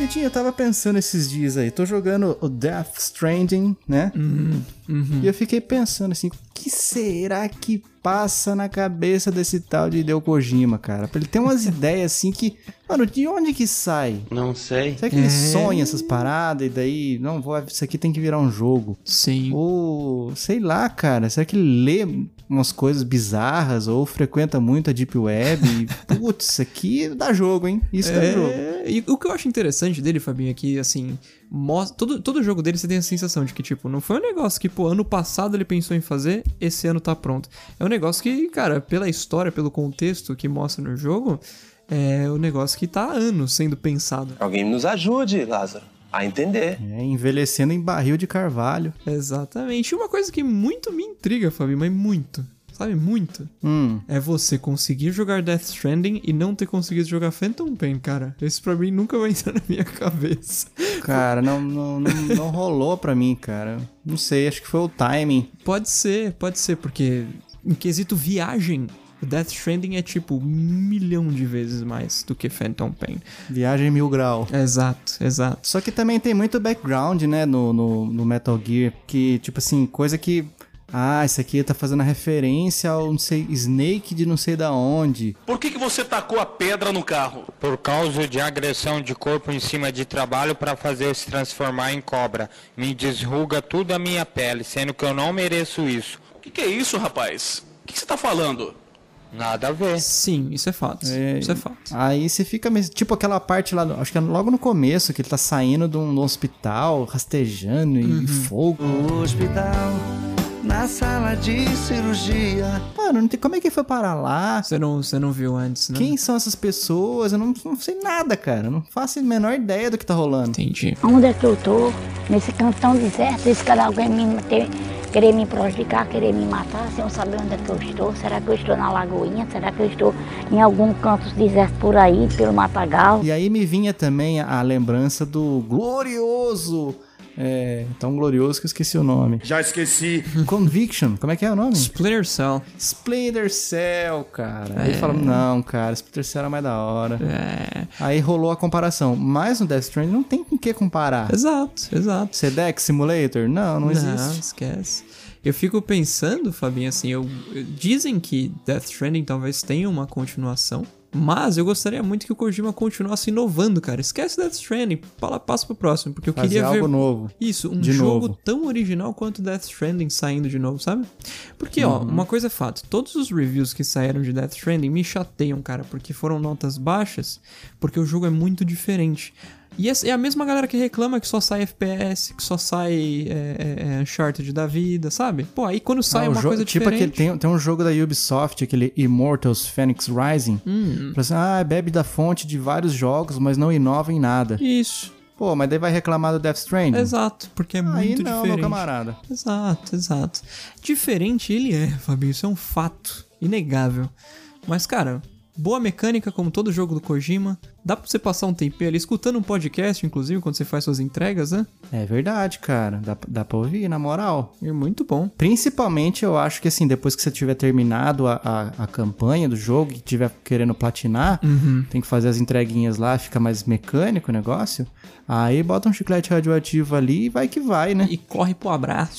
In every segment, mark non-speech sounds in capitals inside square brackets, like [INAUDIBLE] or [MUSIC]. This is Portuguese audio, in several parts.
Edinho, eu tava pensando esses dias aí, tô jogando o Death Stranding, né? Uhum, uhum. E eu fiquei pensando assim, o que será que passa na cabeça desse tal de Hideo Kojima, cara? Pra ele ter umas [LAUGHS] ideias assim que, mano, de onde que sai? Não sei. Será que ele sonha essas paradas e daí, não, vou, isso aqui tem que virar um jogo? Sim. Ou, sei lá, cara, será que ele lê umas coisas bizarras ou frequenta muito a Deep Web? E, [LAUGHS] putz, isso aqui dá jogo, hein? Isso dá É, jogo. E o que eu acho interessante dele, Fabinho, é que, assim, mostra, todo, todo jogo dele você tem a sensação de que, tipo, não foi um negócio que, pô, ano passado ele pensou em fazer, esse ano tá pronto. É um negócio que, cara, pela história, pelo contexto que mostra no jogo, é um negócio que tá há anos sendo pensado. Alguém nos ajude, Lázaro, a entender. É, envelhecendo em barril de carvalho. Exatamente. E uma coisa que muito me intriga, Fabinho, mas muito, sabe, muito, Hum. é você conseguir jogar Death Stranding e não ter conseguido jogar Phantom Pain, cara. Isso pra mim nunca vai [LAUGHS] entrar na minha cabeça. Cara, não, não, não, não rolou pra mim, cara. Não sei, acho que foi o timing. Pode ser, pode ser, porque em quesito viagem, o Death Stranding é tipo um milhão de vezes mais do que Phantom Pain. Viagem mil grau. Exato, exato. Só que também tem muito background, né, no, no, no Metal Gear, que, tipo assim, coisa que. Ah, isso aqui tá fazendo referência ao, não sei, Snake de não sei da onde. Por que, que você tacou a pedra no carro? Por causa de agressão de corpo em cima de trabalho para fazer se transformar em cobra. Me desruga tudo a minha pele, sendo que eu não mereço isso. O que, que é isso, rapaz? O que, que você tá falando? Nada a ver. Sim, isso é fato. Isso é fato. Aí você fica meio. Tipo aquela parte lá, do- acho que é logo no começo, que ele tá saindo de um hospital, rastejando e fogo. Uhum. hospital, na sala de cirurgia. Mano, não tem, como é que foi parar lá? Você não, você não viu antes, né? Quem são essas pessoas? Eu não, não sei nada, cara. Eu Não faço a menor ideia do que tá rolando. Entendi. Onde é que eu tô? Nesse cantão deserto, esse cara alguém me ter, querer me prejudicar, querer me matar, sem eu saber onde é que eu estou. Será que eu estou na lagoinha? Será que eu estou em algum canto deserto por aí, pelo matagal? E aí me vinha também a a lembrança do glorioso. É, tão glorioso que eu esqueci o nome. Já esqueci. Conviction, como é que é o nome? Splinter Cell. Splinter Cell, cara. É. Aí falam, não, cara, Splinter Cell era mais da hora. Aí rolou a comparação. Mas no Death Stranding não tem com o que comparar. Exato, exato. Sedex Simulator? Não, não, Não, existe. esquece. Eu fico pensando, Fabinho, assim, eu, eu- dizem que Death Stranding talvez tenha uma continuação, mas eu gostaria muito que o Kojima continuasse inovando, cara. Esquece Death Stranding, fala- passa pro próximo, porque eu Fazer queria algo ver novo. isso, um De jogo novo. tão original quanto Death Stranding saindo de novo, sabe? Porque, Uhum. ó, uma coisa é fato, todos os reviews que saíram de Death Stranding me chateiam, cara, porque foram notas baixas, porque o jogo é muito diferente. E essa- é a mesma galera que reclama que só sai FPS, que só sai é, é, é, Uncharted da vida, sabe? Pô, aí quando sai é Ah, o uma jogo- coisa tipo diferente... aquele, tem, tem um jogo da Ubisoft, aquele Immortals Phoenix Rising. Hum. Fala assim, ah, bebe da fonte de vários jogos, mas não inova em nada. Isso, Pô, mas daí vai reclamar do Death Stranding? exato, porque é Aí muito não, diferente. meu camarada. Exato, exato. Diferente ele é, Fabinho, isso é um fato inegável. Mas, cara, boa mecânica, como todo jogo do Kojima. Dá pra você passar um tempinho ali escutando um podcast, inclusive, quando você faz suas entregas, né? É verdade, cara. Dá, dá pra ouvir, na moral. É muito bom. Principalmente, eu acho que assim, depois que você tiver terminado a, a, a campanha do jogo e tiver querendo platinar, Uhum. tem que fazer as entreguinhas lá, fica mais mecânico o negócio. Aí bota um chiclete radioativo ali e vai que vai, né? E corre pro abraço.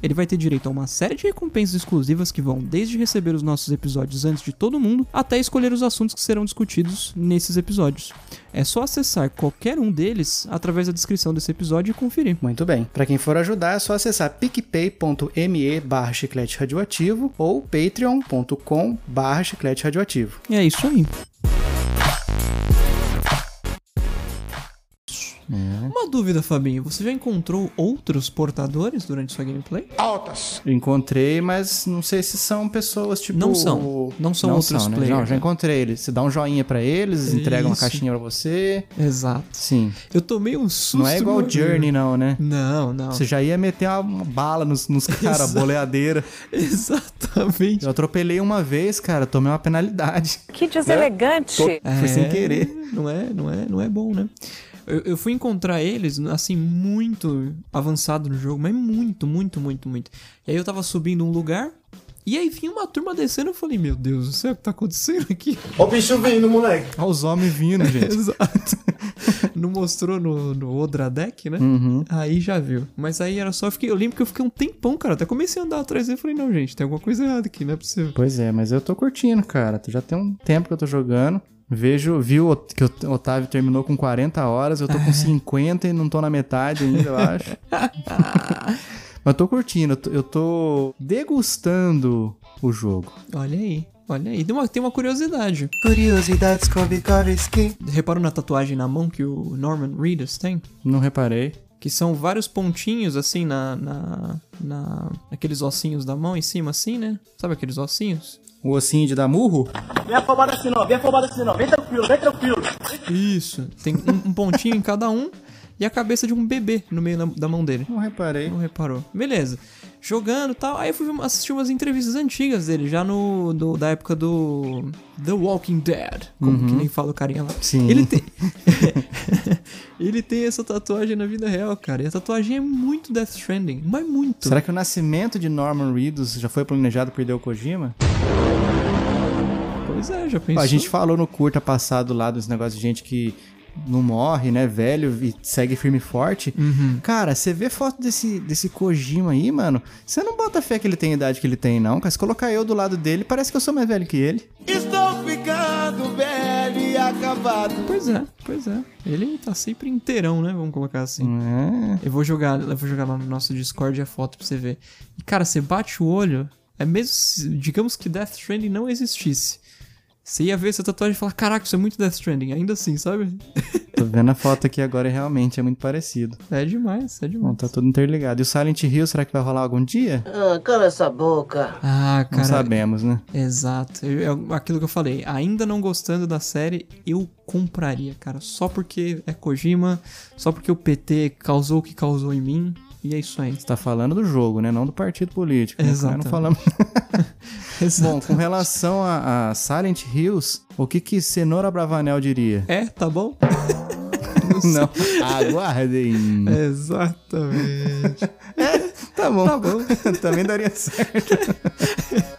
ele vai ter direito a uma série de recompensas exclusivas que vão desde receber os nossos episódios antes de todo mundo, até escolher os assuntos que serão discutidos nesses episódios. É só acessar qualquer um deles através da descrição desse episódio e conferir. Muito bem. Pra quem for ajudar, é só acessar picpay.me barra chiclete radioativo ou patreon.com barra chiclete é radioativo. E é isso aí. Uma dúvida, Fabinho. Você já encontrou outros portadores durante sua gameplay? Eu Encontrei, mas não sei se são pessoas tipo. Não são. Não são outros né? players, Não, já né? encontrei eles. Você dá um joinha pra eles, entregam uma Isso. caixinha pra você. Exato. Sim. Eu tomei um susto. Não é igual meu o Journey, amigo. não, né? Não, não. Você já ia meter uma, uma bala nos, [LAUGHS] nos caras, Exato. boleadeira. [LAUGHS] Exatamente. Eu atropelei uma vez, cara, tomei uma penalidade. Que deselegante. É? É. Foi sem querer. Não é, não é, não é bom, né? Eu, eu fui encontrar eles, assim, muito avançado no jogo, mas muito, muito, muito, muito. E aí eu tava subindo um lugar, e aí vinha uma turma descendo, eu falei, meu Deus do céu, o que tá acontecendo aqui? Olha os homens [LAUGHS] vindo, gente. Exato. não mostrou no, no Odra Deck, né? Aí já viu. Mas aí era só, eu, fiquei, eu lembro que eu fiquei um tempão, cara, até comecei a andar atrás dele, falei, não, gente, tem alguma coisa errada aqui, não é possível. pois é, mas eu tô curtindo, cara. Já tem um tempo que eu tô jogando. Vejo, viu que o Otávio terminou com 40 horas, eu tô É. com 50 e não tô na metade ainda, eu [LAUGHS] acho. Mas tô curtindo, eu tô- eu tô degustando o jogo. Olha aí. Olha aí, Deu uma- tem uma curiosidade. Curiosidades Kobikovski. Reparou na tatuagem na mão que o Norman Reedus tem? Não reparei. Que são vários pontinhos, assim, na, na, na... Aqueles ossinhos da mão em cima, assim, né? Sabe aqueles ossinhos? O ossinho de dar murro? Isso. Tem um, um pontinho em cada um e a cabeça de um bebê no meio da, da mão dele. Não reparei. Não reparou. Beleza. Jogando e tal. Aí eu fui assistir umas entrevistas antigas dele, já no... do- da época do... The Walking Dead. Como que nem fala o carinha lá. Uhum. Sim. Ele [LAUGHS] tem... [LAUGHS] Ele tem essa tatuagem na vida real, cara. E a tatuagem é muito Death Stranding. Mas muito. Será que o nascimento de Norman Reedus já foi planejado por Hideo Kojima? Pois é, já pensou? A gente falou no curta passado lá dos negócios de gente que não morre, né, velho, e segue firme e forte. Uhum. Cara, você vê foto desse, desse Kojima aí, mano, você não bota fé que ele tem a idade que ele tem, não, cara. Se colocar eu do lado dele, parece que eu sou mais velho que ele. Estou ficando velho e acabado. Pois é, pois é. Ele tá sempre inteirão, né? Vamos colocar assim. É. Eu vou jogar, eu vou jogar lá no nosso Discord a foto pra você ver. E, cara, você bate o olho, é mesmo se- digamos que Death Stranding não existisse. Você ia ver essa tatuagem e falar, caraca, isso é muito Death Stranding, ainda assim, sabe? Tô vendo a foto aqui agora e realmente é muito parecido. É demais, é Bom, demais. tá tudo interligado. E o Silent Hill, será que vai rolar algum dia? Ah, Não cara, sabemos, né? Exato. Eu- é aquilo que eu falei. Ainda não gostando da série, eu compraria, cara. Só porque é Kojima, só porque o PT causou o que causou em mim. E é isso aí. [LAUGHS] Você tá falando do jogo, né? Não do partido político. né? Exatamente. Não falamos [LAUGHS] Bom, Exato. com relação a, a Silent Hills, o que que Cenoura Bravanel diria? É, tá bom? [LAUGHS] Não, aguardem. Exatamente. [LAUGHS] Tá bom. Tá bom. Também daria certo.